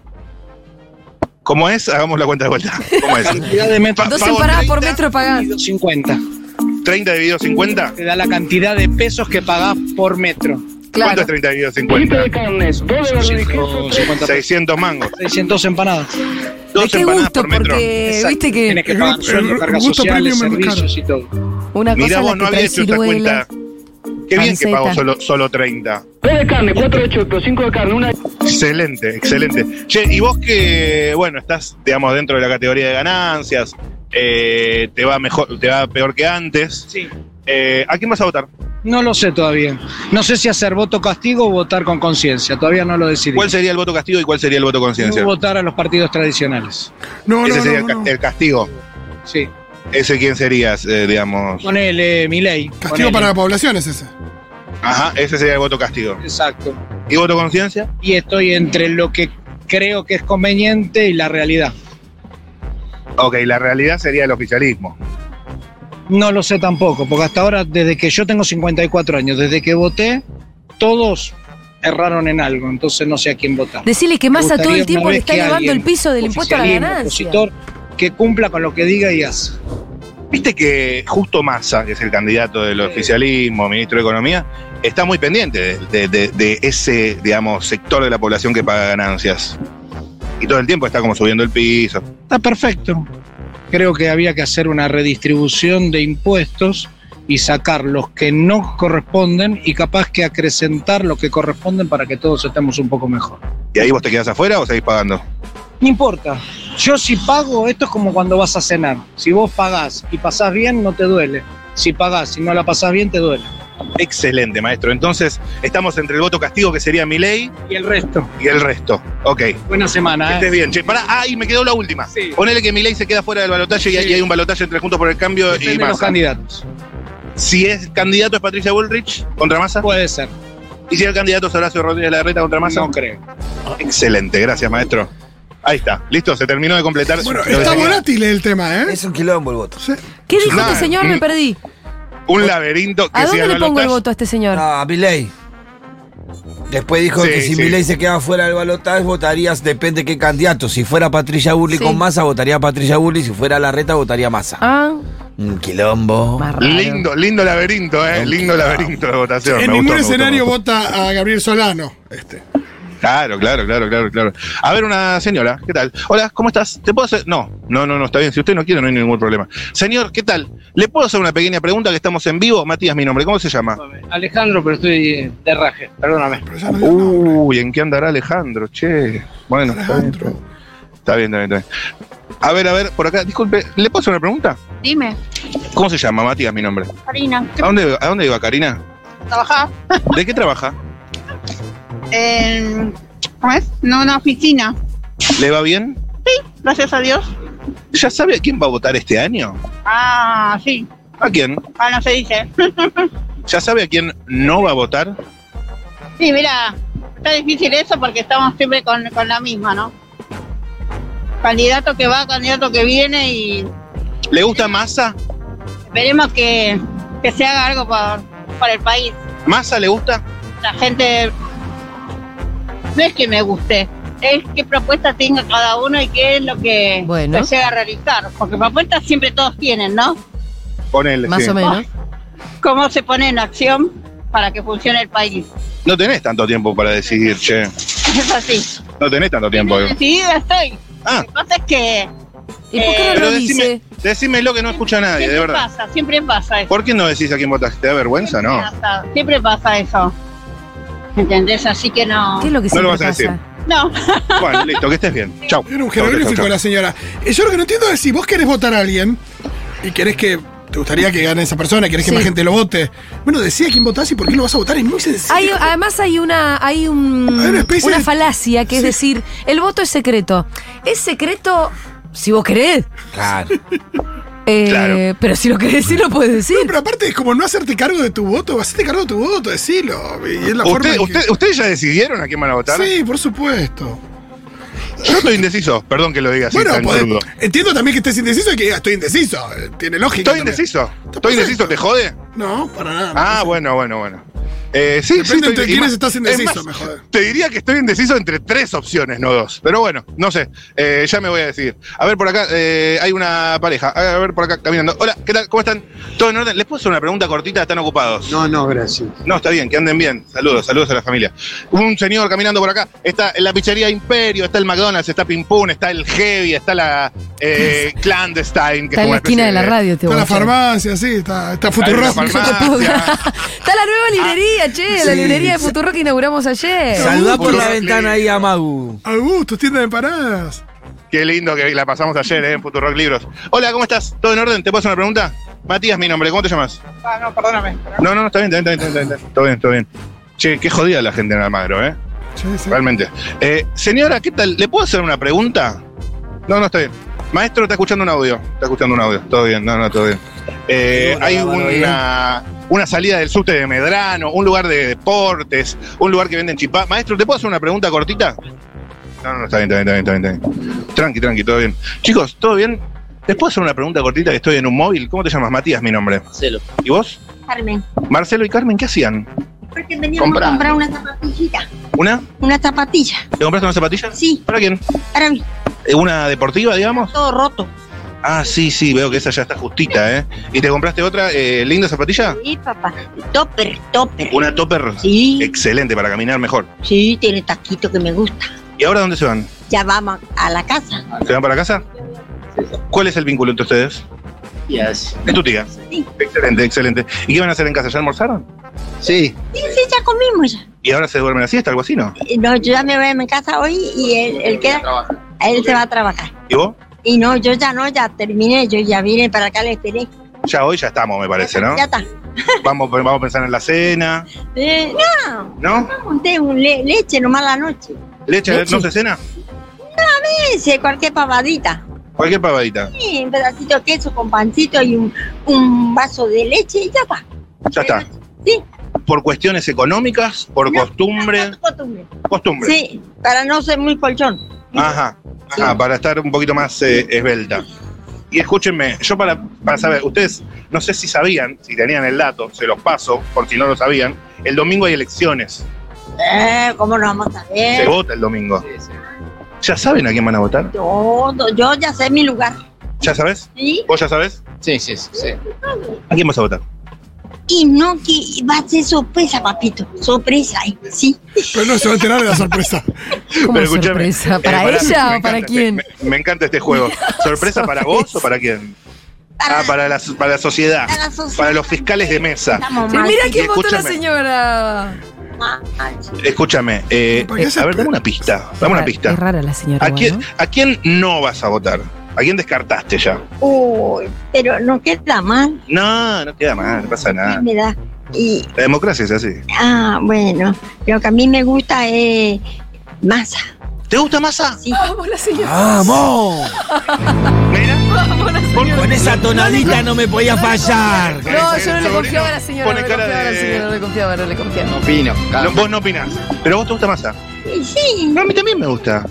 ¿Cómo es? Hagamos la cuenta de vuelta. ¿Cómo es?
Cantidad de metros.
Eh, Pa-
Dos
pago
empanadas por metro pagás.
50.
30 dividido 50.
Te da la cantidad de pesos que pagás por metro.
¿Cuánto
Claro.
es 30 dividido 50?
carnes, dos de
600 mangos.
600 empanadas.
¿De
Dos
qué
empanadas
gusto?
por metro.
Porque
Exacto.
viste
Tienes
que
que pagar sueldo, cargas
gusto
sociales,
premium es
servicios y todo.
una cosa
Mirá
es
vos,
la
no
que
había
trae
hecho esta
ciruelas.
cuenta. Qué bien que pago
panceta.
solo, solo 30.
Dos de carne, cuatro de choclo, cinco de carne, una de
Excelente, excelente. Che, y vos que, bueno, estás, digamos, dentro de la categoría de ganancias, eh, te va mejor, te va peor que antes.
Sí.
Eh, ¿A quién vas a votar?
No lo sé todavía. No sé si hacer voto castigo o votar con conciencia. Todavía no lo decidí.
¿Cuál sería el voto castigo y cuál sería el voto conciencia?
No votar a los partidos tradicionales.
No,
Ese
no,
sería
no,
el, ca-
no.
el castigo.
Sí.
¿Ese quién serías, eh, digamos?
Con él, eh, Milei.
Castigo
Ponele.
para la población es ese.
Ajá, ese sería el voto castigo.
Exacto.
¿Y voto conciencia?
Y estoy entre lo que creo que es conveniente y la realidad.
Ok, la realidad sería el oficialismo.
No lo sé tampoco, porque hasta ahora, desde que yo tengo 54 años, desde que voté, todos erraron en algo, entonces no sé a quién votar.
Decirle que Massa
Me
todo el
gustaría
tiempo
una
le
vez
está
que
elevando
alguien,
el piso del impuesto a la
oficialismo,
ganancia.
opositor, que cumpla con lo que diga y hace.
Viste que justo Massa, que es el candidato del oficialismo, ministro de Economía, está muy pendiente de, de- de- de ese, digamos, sector de la población que paga ganancias. Y todo el tiempo está como subiendo el piso.
Está perfecto. Creo que había que hacer una redistribución de impuestos y sacar los que no corresponden y capaz que acrecentar los que corresponden para que todos estemos un poco mejor.
¿Y ahí vos te quedás afuera o seguís pagando?
No importa. Yo si pago, esto es como cuando vas a cenar. Si vos pagás y pasás bien, no te duele. Si pagás y no la pasás bien, te duele.
Excelente, maestro. Entonces, estamos entre el voto castigo, que sería mi ley,
Y el resto.
y el resto. Ok.
Buena
Que
semana,
estés
¿eh?
bien. Che, pará. Ah, y me quedó la última.
Sí.
Ponele que mi ley se queda fuera del balotaje y, hay- y hay un balotaje entre Juntos por el Cambio y
Depende de los
Massa.
candidatos.
Si es candidato es Patricia Bullrich contra Massa.
Puede ser.
Y si el candidato es Horacio Rodríguez Larreta contra Massa.
No creo.
Excelente, gracias maestro. Ahí está, listo, se terminó de completar.
Bueno,
lo que
está
tenía.
volátil el tema, ¿eh?
Es un quilombo el voto.
Sí.
¿Qué dijo
Claro.
este señor? Me perdí.
Un laberinto que
¿A
sea
dónde le pongo el
balotaje.
voto a este señor?
No, a Milei. Después dijo
Sí,
que si
sí.
Milei se quedaba fuera del balotaje, votarías, depende qué candidato. Si fuera Patricia Burley
Sí.
con Massa, votaría Patricia Burley. Si fuera Larreta, votaría Massa.
Ah,
Un quilombo.
Ah.
más raro.
Lindo, lindo laberinto, eh.
No,
Lindo laberinto de votación.
En
me
ningún
gustó, me gustó,
escenario
me gustó.
vota a Gabriel Solano. Este.
Claro, claro, claro, claro, claro. A ver, una señora, ¿qué tal? Hola, ¿cómo estás? ¿Te puedo hacer? No, no, no, no, está bien. Si usted no quiere, no hay ningún problema. Señor, ¿qué tal? ¿Le puedo hacer una pequeña pregunta que estamos en vivo? Matías, mi nombre, ¿cómo se llama?
Alejandro, pero estoy eh, de raje, perdóname.
Pero ya no digo nada.
Uy, ¿en qué andará Alejandro? Che. Bueno, está bien. Está bien, está bien, está bien. A ver, a ver, por acá, disculpe, ¿le puedo hacer una pregunta?
Dime,
¿Cómo se llama, Matías, mi nombre?
Karina, ¿qué
¿A dónde, a dónde iba Karina?
trabajás?
¿De qué trabaja?
En, Eh, ¿Cómo es? No, una oficina.
¿Le va bien?
Gracias a Dios.
¿Ya sabe a quién va a votar este año?
Ah, sí.
¿A quién?
Ah, no se dice.
¿Ya sabe a quién no va a votar?
Sí, mira, está difícil eso porque estamos siempre con, con la misma, ¿no? Candidato que va, candidato que viene y
¿Le gusta Massa?
veremos que, que se haga algo por, por el país.
¿Massa le gusta?
La gente no es que me guste, es qué propuesta tenga cada uno y qué es lo que
Bueno.
se llega a realizar. Porque propuestas siempre todos tienen, ¿no?
Ponele,
Más
sí.
o menos.
Cómo se pone en acción para que funcione el país.
No tenés tanto tiempo para decidir, che.
Es así.
No tenés tanto tiempo. digo.
Decidida estoy.
Ah,
Lo que pasa es que
¿Y por qué no
pero
lo
decime,
dice?
decímelo que no escucha a nadie, de
siempre
verdad.
pasa, siempre pasa eso.
¿Por qué no decís a quién votaste? ¿Te da vergüenza? No.
Siempre pasa, siempre pasa eso. ¿Entendés? Así que no.
¿Qué es lo que
No lo
siempre
vas a decir.
pasa?
No.
Bueno, listo, que estés bien. Chau.
Era un
Chau, chau,
jeroglífico
chau.
la señora. Eh, Yo lo que no entiendo es si vos querés votar a alguien y querés que. ¿Te gustaría que gane esa persona? ¿Querés
Sí.
que más gente lo vote? Bueno, decía quién votás y por qué lo vas a votar. Es muy sencillo.
Hay- además hay una hay un-
Hay una especie
una
de-
falacia que es
Sí.
decir el voto es secreto es secreto si vos querés
Claro.
Eh, pero si lo querés decir lo puedes decir
pero aparte es como no hacerte cargo de tu voto. Hacerte cargo de tu voto, decilo. Y es la forma en
¿Usted,
que-
usted- ¿Ustedes ya decidieron a quién van a votar?
Sí, por supuesto.
Yo estoy indeciso, perdón que lo diga así
bueno,
tan
podés-
crudo.
entiendo también que estés indeciso y que digas, estoy indeciso. Eh, Tiene lógica.
Estoy
también.
indeciso. Estoy indeciso, ¿te jode?
No, para nada.
Ah, bueno, bueno, bueno. Eh, sí,
Depende
sí, estoy-
entre
y
quiénes
más-
estás
es
indeciso,
más,
me jode.
Te diría que estoy indeciso entre tres opciones, no dos. Pero bueno, no sé. eh, ya me voy a decidir. A ver, por acá eh, hay una pareja. A ver, por acá caminando. Hola, ¿qué tal? ¿Cómo están? ¿Todo en orden? ¿Les puedo hacer una pregunta cortita? ¿Están ocupados?
No, no, gracias.
No, está bien, que anden bien. Saludos, saludos a la familia. Un señor caminando por acá. Está en la pizzería Imperio, está el McDonald's, está Pimpún, está el Heavy, está la eh, Clandestine. que
Está
es
en
una
la esquina
especie
de la radio, te
Está la
guacho.
farmacia, sí, está, está Futurock.
Hay una farmacia.
está la nueva librería che la
Ah, sí.
librería de Futuro que inauguramos ayer
Saludá por la
Augusto.
ventana ahí a Magu.
Augusto, tienda de paradas.
Qué lindo que la pasamos ayer eh, en Futuro Rock Libros. Hola, ¿cómo estás? ¿Todo en orden? ¿Te puedo hacer una pregunta? Matías, mi nombre, ¿cómo te llamas?
Ah, no, perdóname.
No, no, no, está bien, está bien, está bien, está bien. Todo bien, todo bien. Che, qué jodida la gente en Almagro, ¿eh? Realmente. Eh, señora, ¿qué tal? ¿Le puedo hacer una pregunta? No, no, está bien. Maestro, está escuchando un audio. Está escuchando un audio. Todo bien, no, no, todo bien. Eh, hay una, una salida del subte de Medrano, un lugar de deportes, un lugar que venden chipá. Maestro, ¿te puedo hacer una pregunta cortita? No, no, no, está bien, está bien, está bien, está bien, está bien. Tranqui, tranqui, todo bien. Chicos, ¿todo bien? ¿Les puedo hacer una pregunta cortita que estoy en un móvil? ¿Cómo te llamas? Matías, mi nombre. Marcelo. ¿Y vos?
Carmen,
Marcelo y Carmen, ¿qué hacían?
porque veníamos
Comprá.
a comprar una zapatillita,
¿Una?
una zapatilla,
¿Te compraste una zapatilla?
Sí.
¿Para quién?
para mí,
Eh, ¿Una deportiva, digamos?
todo roto.
Ah, sí, sí, veo que esa ya está justita, ¿eh? ¿Y te compraste otra eh, linda zapatilla?
Sí, papá, topper, topper.
¿Una topper?
Sí.
Excelente, para caminar mejor.
Sí, tiene taquito que me gusta.
¿Y ahora dónde se van?
Ya vamos a la casa.
¿Se van para casa? ¿Cuál es el vínculo entre ustedes?
Yes.
Es tu tía. Excelente, excelente. ¿Y qué van a hacer en casa? ¿Ya almorzaron? Sí.
Sí, sí, ya comimos ya.
¿Y ahora se duermen así, siesta, algo así, no?
Eh, No, yo ya me voy a mi casa hoy y él, él queda, él se va a trabajar.
¿Y vos?
Y no, yo ya no, ya terminé, yo ya vine para acá, le esperé.
Ya hoy ya estamos, me parece, ¿no?
Ya está.
Vamos, vamos a pensar en la cena,
Eh, no,
¿no?
monté un le- leche nomás la noche.
¿Leche,
Leche.
no se cena?
No, a veces, cualquier pavadita.
Cualquier pavadita.
Sí, un pedacito de queso con pancito y un, un vaso de leche y ya está.
Ya está.
Sí.
¿Por cuestiones económicas? ¿Por costumbre?
Costumbre.
Costumbre.
Sí, para no ser muy colchón.
Ajá, ajá, para estar un poquito más eh, esbelta. Y escúchenme, yo para, para saber, ustedes no sé si sabían, si tenían el dato, se los paso, por si no lo sabían, el domingo hay elecciones,
Eh, ¿Cómo nos vamos a
se
ver?
vota el domingo. ¿Ya saben a quién van a votar?
Yo, yo ya sé mi lugar.
¿Ya sabes?
¿sí?
¿Vos ya sabes?
Sí, sí, sí.
¿A quién vas a votar?
Y no que va a ser sorpresa, papito. Sorpresa, eh, sí.
Pero no se va a enterar de la sorpresa.
¿Cómo sorpresa?
eh,
¿Para
pará, me
ella o
encanta
para
este-
quién?
me, me encanta este juego. ¿Sorpresa para vos o para quién? ah, para la, para la sociedad.
Para la sociedad.
Para los fiscales de mesa.
Estamos
Sí,
mal.
mira
Y
quién votó la
escúchame.
señora
Escúchame, eh,
¿Por qué
eh,
se-
a ver, dame una pista. Dame una pista.
es rara la señora
¿A
igual,
quién,
¿no?
¿A quién no vas a votar? ¿A quién descartaste ya?
Uy, pero no queda mal,
No, no queda mal, no pasa nada.
me da. Y,
La democracia es así.
ah, bueno, lo que a mí me gusta es masa.
¿Te gusta masa?
Sí.
Vamos la señora.
¡Vamos!
Vamos la señora.
Con esa tonadita no me podía fallar.
No, yo no le confiaba a la señora.
pone
no le
cara
confiaba a la
de-
señora, no le confiaba, no le confiaba.
Opino. vos no opinás. Pero vos te gusta masa.
Sí.
No, a mí también me gusta.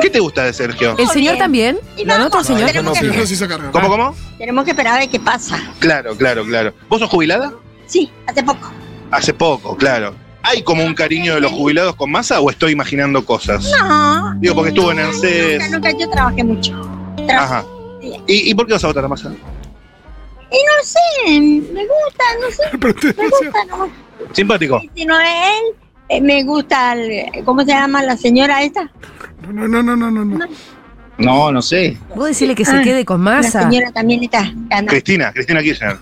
¿Qué te gusta de Sergio?
¿El señor también?
Y
¿La nota,
vamos,
señor?
tenemos que-
Dios nos hizo cargo.
¿Cómo, cómo?
Tenemos que esperar a ver qué pasa.
Claro, claro, claro. ¿Vos sos jubilada?
Sí, hace poco.
Hace poco, claro. ¿Hay como un cariño de los jubilados con masa o estoy imaginando cosas?
No.
Digo, porque estuvo en el
Nunca,
CES.
nunca, yo trabajé mucho. Trabajé.
Ajá. ¿Y, y por qué vas a votar a masa?
Y no sé, me gusta, no sé. Me gusta, no.
Simpático.
Si no es él, eh, me gusta, el- ¿cómo se llama la señora esta?
No, no, no, no, no. no.
No, no sé.
Vos decirle que se
Ah,
quede con masa.
La señora también está ganando.
Cristina, Cristina Kirchner.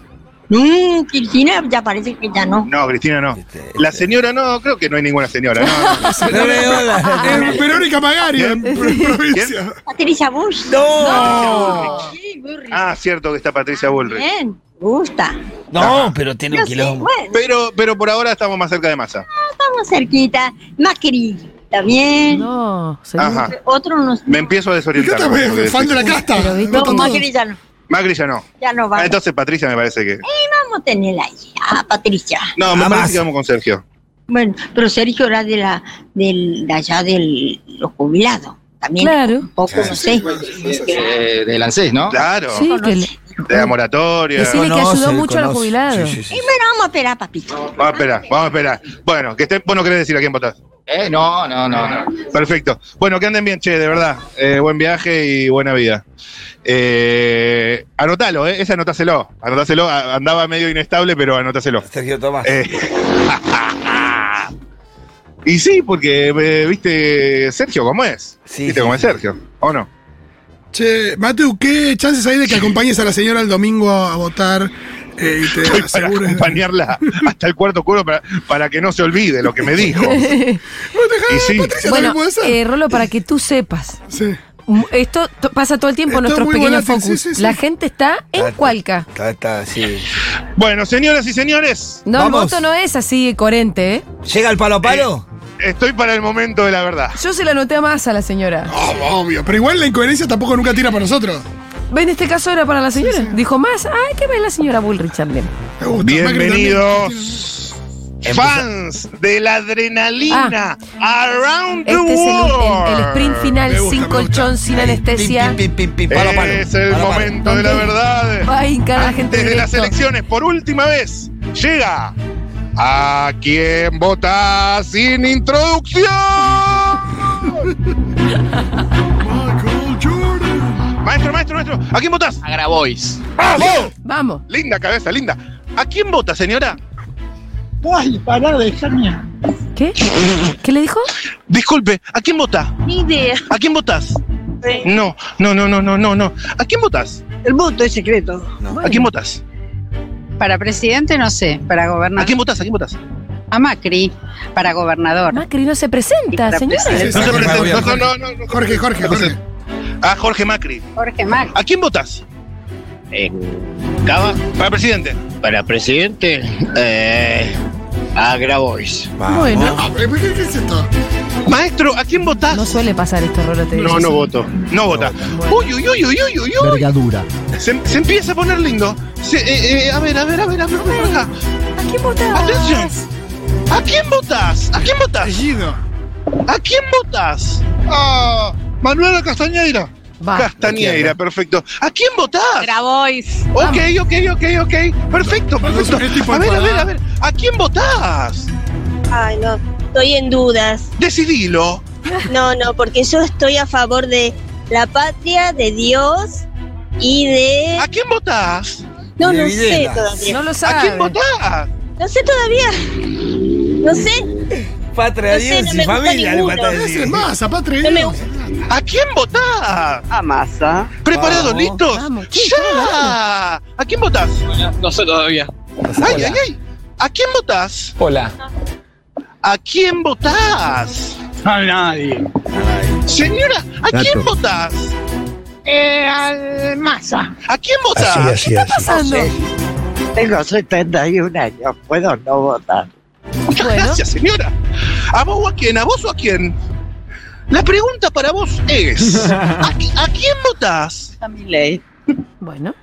No, Cristina ya parece que ya no.
No, Cristina no.
Este,
La señora no, creo que no hay ninguna señora. No, no.
Eh, Verónica Magari, en pr- provincia.
Patricia Bush.
No.
Sí, Burri.
Ah, cierto que está Patricia Bullrich.
Bien, gusta.
No, pero tiene
No
un
sé,
quilombo.
bueno.
Pero, pero por ahora estamos más cerca de masa.
Estamos cerquita. Macri también.
No,
Ajá.
Otro no.
Me empiezo a desorientar.
¿Por qué te ves? Fan de la casta.
Pero, ¿viste?
No,
No,
tanto.
Macri ya no,
Macri ya no.
ya no va.
Ah, entonces Patricia me parece que.
Vamos a tenerla ahí, a ah, Patricia.
No, me
Ah,
parece
más.
que vamos con Sergio.
Bueno, pero Sergio era de la del de allá del los jubilados. También
Claro.
un poco, no sé.
Eh, del ANSES, ¿no?
Claro.
Sí, que le-
De la moratoria.
Decile que ayudó mucho a los jubilados.
Sí, sí, sí.
Y bueno, vamos a esperar, papito.
Vamos a esperar, vamos a esperar. Bueno, que estén, vos no querés decir a quién votás.
Eh, no, no, no, no.
Perfecto. Bueno, que anden bien, che, de verdad. Eh, buen viaje y buena vida. Eh, anotalo, eh, ese anotáselo. Anotáselo, a- andaba medio inestable, pero anotáselo.
Sergio Tomás.
Eh, y sí, porque, eh, viste, Sergio, ¿cómo es?
Sí,
¿Viste
sí,
cómo es
sí.
Sergio? ¿O no?
Che, Mateu, ¿qué chances hay de que acompañes a la señora el domingo a votar eh, y te
Para
asegures?
acompañarla hasta el cuarto cuero para, para que no se olvide lo que me dijo. Y sí.
Patricia
Bueno,
también puede ser.
eh, Rolo, para que tú sepas.
sí.
Mm, Esto to- pasa todo el tiempo en
Está
nuestros
muy
pequeños
volátil,
focus.
sí, sí, sí.
La gente está en
Está-
Cualca.
Está, está, sí.
Bueno, señoras y señores,
No,
Vamos.
el voto no es así coherente, ¿eh?
¿Llega el palo a palo?
estoy para el momento de la verdad.
Yo se lo anoté más a la señora.
Oh, obvio, pero igual la incoherencia tampoco nunca tira para nosotros.
Ve, En este caso era para la señora. Dijo más. Ay, qué ve la señora Bullrich también.
Me gusta,
Bienvenidos. Eh, Fans de la adrenalina around the
Ah. Este es el,
world.
el- el sprint final
Me gusta,
sin
me gusta.
colchón, sin anestesia.
Pim, pim, pim, pim, palo a palo.
Es el
Palo a palo.
momento de la
Va
verdad.
a hincar a la gente.
Antes de las
directo.
elecciones, por última vez, llega a quien vota sin introducción.
Michael Jordan.
Maestro, maestro, maestro, ¿a quién votas?
A Grabois.
¡Vamos!
Vamos.
Linda cabeza, linda. ¿A quién vota, señora?
Ay, parar de dejarme.
¿Qué? ¿Qué le dijo?
Disculpe, ¿a quién vota?
Ni idea.
¿A quién votas? No, no, no, no, no, no, no. ¿A quién votas?
El voto es secreto.
¿A quién votas?
Para presidente, no sé. Para
¿A
gobernador.
quién votas? ¿A quién votas?
A Macri. Para gobernador.
Macri no se presenta,
Para
señores.
presidente.
No se
Jorge
presentó,
Macri,
no, no, no, no,
Jorge, Jorge, Jorge.
A Jorge Macri.
Jorge Macri.
¿A quién votas?
Cava,
Para presidente.
para presidente, eh, a Grabois.
Vamos.
Bueno.
Ah, ¿Qué qué es esto?
Maestro, ¿a quién votas?
No suele pasar esto, Rolo. Te digo.
voto. No vota.
Bueno.
Uy, uy, uy, uy, uy, uy, uy.
Vergadura.
Se, se empieza a poner lindo. Se- eh, eh, a ver, a ver, a ver, a ver, por acá.
¿A quién votás?
Atención. ¿A quién votas? ¿A quién votas?
Apellido.
¿A quién votas? Ah, Manuela Castañeira.
Ah,
Va.
Castañeira, perfecto. ¿A quién votás?
Grabois.
Ok, ok, ok, ok. Perfecto,
Vamos a ver qué
perfecto.
este tipo
A
de
ver, a ver,
cuadrado.
a ver. ¿A quién votás?
Ay, no, estoy en dudas.
Decidilo.
No, no, porque yo estoy a favor de la patria, de Dios y de...
¿A quién votás?
No,
de
no sé
Videla.
todavía.
No lo sabe.
¿A quién votás?
No sé todavía. No sé,
Patria,
No sé, no
Dios y
me gusta
familia, le
ninguno.
falta
¿Qué
decir.
haces más? Apatre.
No me
Dios.
¿A quién votás?
A Masa.
¿Preparados?
Vamos.
¿Listos?
Vamos, sí,
¡Ya! ¿A quién votás?
No sé todavía.
¡Ay, ay, ay! ¿A quién votás?
Hola.
Ah.
¿A quién votás?
A nadie.
Señora, ¿a
Gato.
quién votás?
Eh, al masa.
¿A quién votás?
así, así.
pasando?
Tengo 71 años, puedo no votar.
Muchas
Bueno.
gracias, señora. ¿A vos o a quién? ¿A vos o a quién? La pregunta para vos es: ¿a, qui- a quién votás?
A mi ley.
Bueno.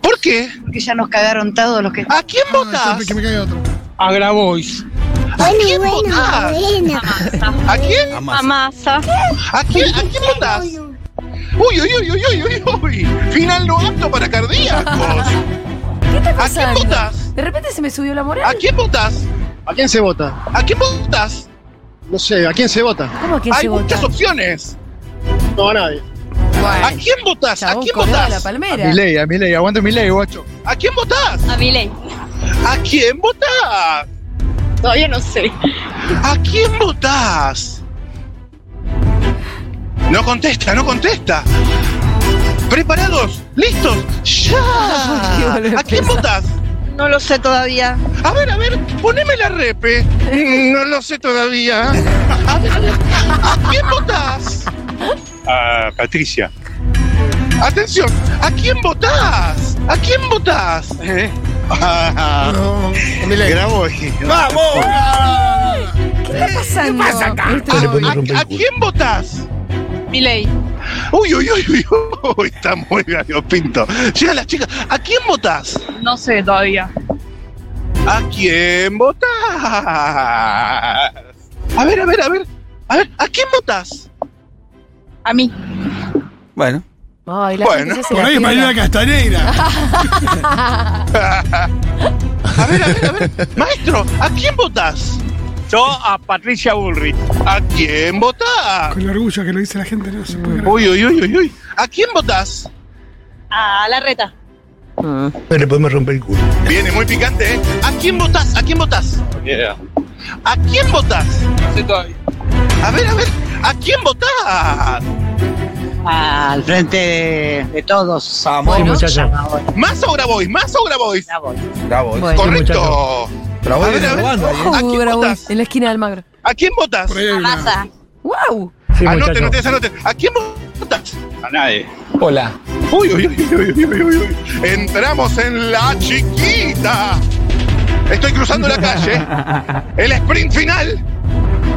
¿Por qué?
Porque ya nos cagaron todos los que.
¿A quién
Ah,
votás?
espera, que me caiga otro.
A Grabois.
¿A quién votás? ¿A quién?
Amás.
masa.
¿A quién? ¿A quién votás? Uy, uy, uy, uy, uy, uy, uy. Final no apto para cardíacos.
¿Qué está
¿A quién
pasando?
votás?
De repente se me subió la moral.
¿A quién votás?
¿A quién se vota?
¿A quién votás?
No sé, ¿a quién se vota?
¿Cómo a quién
Hay
se vota?
muchas opciones.
No, a nadie.
¿A quién votás? ¿A
Chabón
quién
colgado de la
votás?
palmera.
ley, a mi ley, aguanta mi ley, guacho.
¿A quién votás?
A ley.
¿A quién votás?
Todavía no sé.
¿A quién votás? No contesta, no contesta. ¿Preparados? ¿Listos? ¡Ya! ¿A quién votás?
No lo sé todavía.
A ver, a ver, poneme la repe. Mm, No lo sé todavía. A ver, a ver, ¿a quién votás?
A Patricia.
Atención, ¿a quién votás? ¿A quién votás? Eh, ah, Grabois.
¡Vamos!
¿Qué está pasando? ¿Qué pasa acá?
¿A, a quién votás?
Miley.
Uy, uy, uy, uy, uy, está muy galopinto. Llega la chica, ¿a quién votás?
No sé todavía.
¿A quién votás? Ah, A ver, a ver, a ver. A ver, ¿a quién votás?
A mí.
Bueno.
Ay, la
Bueno,
gente se hace
Por
la
ahí es
piola.
Marina Castanera.
A ver, a ver, a ver. Maestro, ¿a quién votás?
Yo a Patricia Bullrich.
¿A quién votás?
Con el orgullo que lo dice la gente, no se puede creer.
Uy, uy, uy, uy, uy. ¿A quién votás?
A la reta.
Pero le podemos romper el culo.
Viene muy picante, ¿eh? ¿A quién votás? ¿A quién votás? ¿A quién votás? A ver, a ver, ¿a quién votás?
Al frente de, de todos.
Sí, muchacho.
¿Más o Grabois? ¿Más o Grabois?
Bravo.
Bueno.
Correcto.
Bravo,
A ver, a ver.
robando ahí, ¿eh?
¿A quién
Uh, Grabois,
votás?
en la esquina del Magro.
¿A quién votás?
Por ahí hay una-
Masa.
¡Wow!
Anoten, ustedes anoten. ¿A quién votás?
A nadie.
Hola.
Uy, uy, uy, uy, uy, uy, uy, uy. Entramos en la chiquita. Estoy cruzando la calle. El sprint final.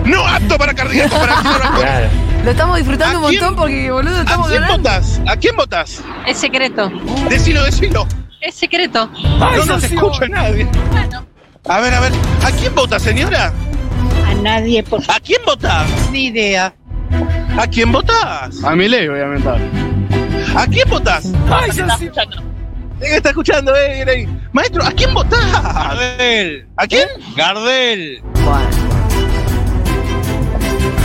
No apto para cardíacos, para acciones.
Lo estamos disfrutando
¿A
un montón
quién-
porque, boludo,
¿A
estamos
quién
ganando.
votás? ¿A quién votás?
Es secreto.
Decilo, decilo.
Es secreto.
no nos escucha nadie. A ver, a ver. ¿A quién vota, señora?
A nadie, por
¿A quién votás?
ni idea.
¿A quién votás?
A Milei, obviamente.
¿A quién votás?
Ay, yo
Está escuchando.
Eh, Está escuchando, eh, viene ahí. Maestro, ¿a quién votás?
Gardel. ¿Eh?
¿A quién?
Gardel.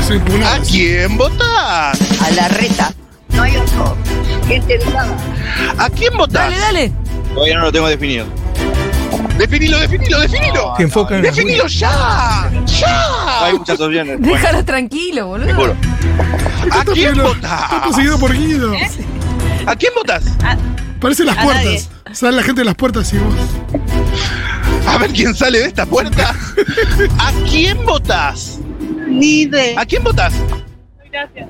Soy
¿A
punada.
quién votás?
A la reta. No hay otro. Gente educada.
¿A quién votás?
Dale, dale.
Todavía no lo tengo definido.
Definilo, definilo, definilo.
Te enfocan.
Definilo ya. Ya.
Ah.
Hay muchas opciones.
Déjalo tranquilo,
Te
boludo.
juro.
¿A quién
Pero- Está
votás?
conseguido por Guido.
¿A quién votás?
Parece las
A
puertas. Sale la gente de las puertas y vos.
A ver quién sale de esta puerta. ¿A quién votás?
Ni idea.
¿A quién votás?
Gracias.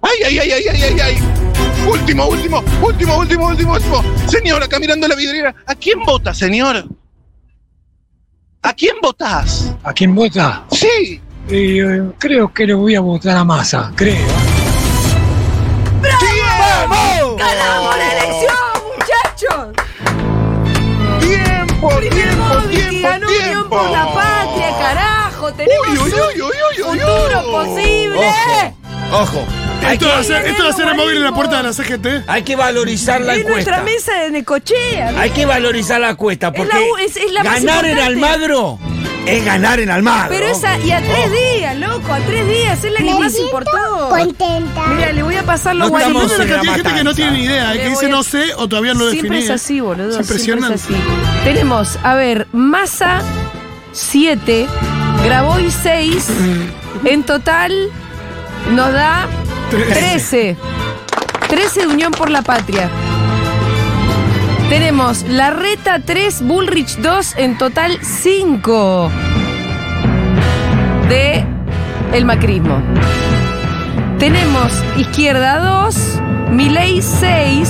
¡Ay, ay, ay, ay, ay, ay, ay! Último, último, último, último, último, último. Señor, acá mirando la vidriera. ¿A quién vota, señor? ¿A quién votás?
¿A quién vota?
Sí.
Y, eh, creo que le voy a votar a Massa, creo.
¡Ganamos la elección,
¡Tiempo,
muchachos!
tiempo,
Primer que
tiempo,
ganó Unión
tiempo!
por la Patria, carajo. Tenemos
¡Uy, uy, uy, uy, uy,
un
uy, uy!
futuro posible. eh,
Ojo. Hay
Esto
que,
va a ser, esto va a ser el móvil en la puerta de la CGT.
hay que valorizar la
Es nuestra
encuesta.
mesa de Necochea.
Hay que valorizar la encuesta porque
la u- es- es la más
ganar en
importante.
Almagro es ganar en Almagro.
Pero esa, y a tres días, loco, a tres días, es la que más importó. Contenta. Mira, le voy a pasar los
No
Pero
estamos
guantes.
sorprende la
en
cantidad
la
de gente que no
matanza.
tiene ni idea, eh,
Le
que
voy
dice
a-
no sé o todavía no lo definí.
Siempre es así,
Es
boludo. Siempre
impresionante.
es así. Tenemos, a ver, Massa 7, Grabois 6, en total nos da
Trece.
13. 13 de Unión por la Patria. Tenemos la reta 3, Bullrich 2, en total 5 de el macrismo. Tenemos izquierda 2, Milei 6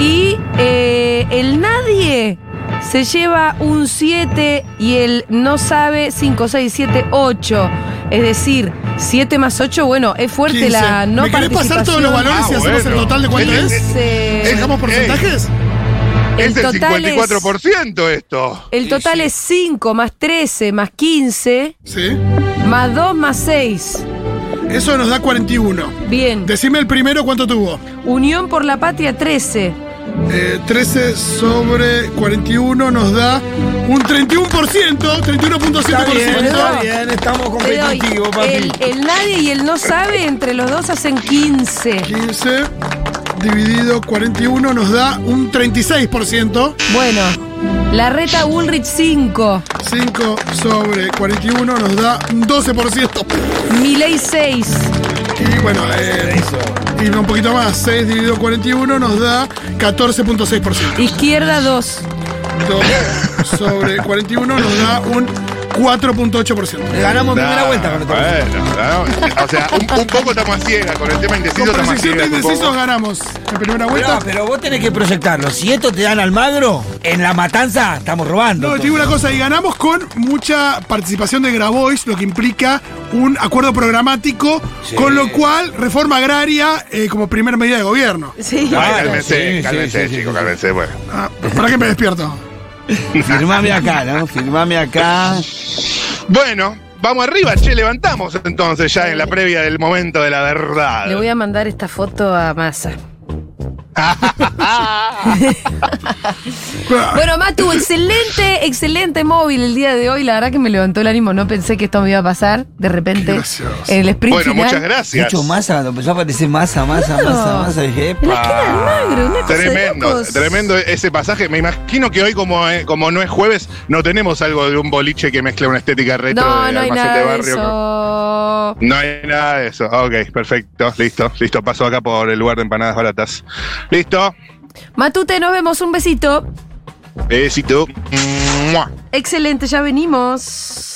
y eh, el nadie se lleva un 7 y el no sabe 5, 6, 7, 8. Es decir, 7 más 8, bueno, es fuerte
15.
la no
¿Me querés pasar todos los
participación.
valores y
Ah,
hacemos
bueno.
el total de cuánto
El-
es?
el-
Eh,
¿Dejamos porcentajes?
Este Es el
total es-
54% esto.
El total es 5 más 13 más 15
Sí.
más 2 más 6.
Eso nos da 41.
Bien.
Decime el primero cuánto tuvo.
Unión por la Patria 13.
Eh, 13 sobre 41 nos da un 31%, 31.7%.
Está bien, está
boludo.
bien, estamos
Te doy
competitivos, papi.
el, el nadie y el no sabe, entre los dos hacen 15.
15 dividido 41 nos da un 36%.
Bueno, La reta Ulrich 5.
5 sobre 41 nos da un 12%.
Milei 6.
Y bueno, eh, y un poquito más. 6 dividido 41 nos da 14.6%.
Izquierda 2.
2 sobre 41 nos da un 4.8%.
Ganamos
Nah,
primera vuelta con este esto.
Bueno, ¿no? O sea, un, un poco estamos a ciegas con el tema indeciso.
Con
estamos a
precisión de
ciegas un poco.
indecisos ganamos la primera
Mirá,
vuelta.
pero vos tenés que proyectarlo. Si esto te dan al magro, en la matanza estamos robando.
No, te digo una cosa, y ganamos con mucha participación de Grabois, lo que implica un acuerdo programático,
Sí.
con lo cual reforma agraria eh, como primera medida de gobierno.
Sí.
Ay,
Claro,
cálmense,
sí,
cálmense,
sí, sí,
chicos, cálmense. Bueno.
Ah, ¿Para qué me despierto?
Firmame acá, ¿no? Firmame acá.
Bueno, vamos arriba, che, levantamos entonces ya en la previa del momento de la verdad.
Le voy a mandar esta foto a Massa. Bueno, Matu, excelente, excelente móvil el día de hoy. La verdad que me levantó el ánimo. No pensé que esto me iba a pasar. De repente,
gracioso.
en el sprint
Bueno,
final,
muchas
De
gracias.
hecho, masa, cuando empezó a aparecer masa, masa,
Claro.
masa, masa. Dije,
En la
epa.
esquina del magro, una cosa de
Ah, Tremendo,
locos.
tremendo ese pasaje. Me imagino que hoy, como, eh, como no es jueves, no tenemos algo de un boliche que mezcla una estética retro
No,
de
no hay
Almacén
nada
de
de
Barrio.
eso.
con- No hay nada de eso. Ok, perfecto, listo, listo. Paso acá por el lugar de empanadas baratas. Listo.
Matute, nos vemos. Un besito.
Besito. Mua.
Excelente, ya venimos.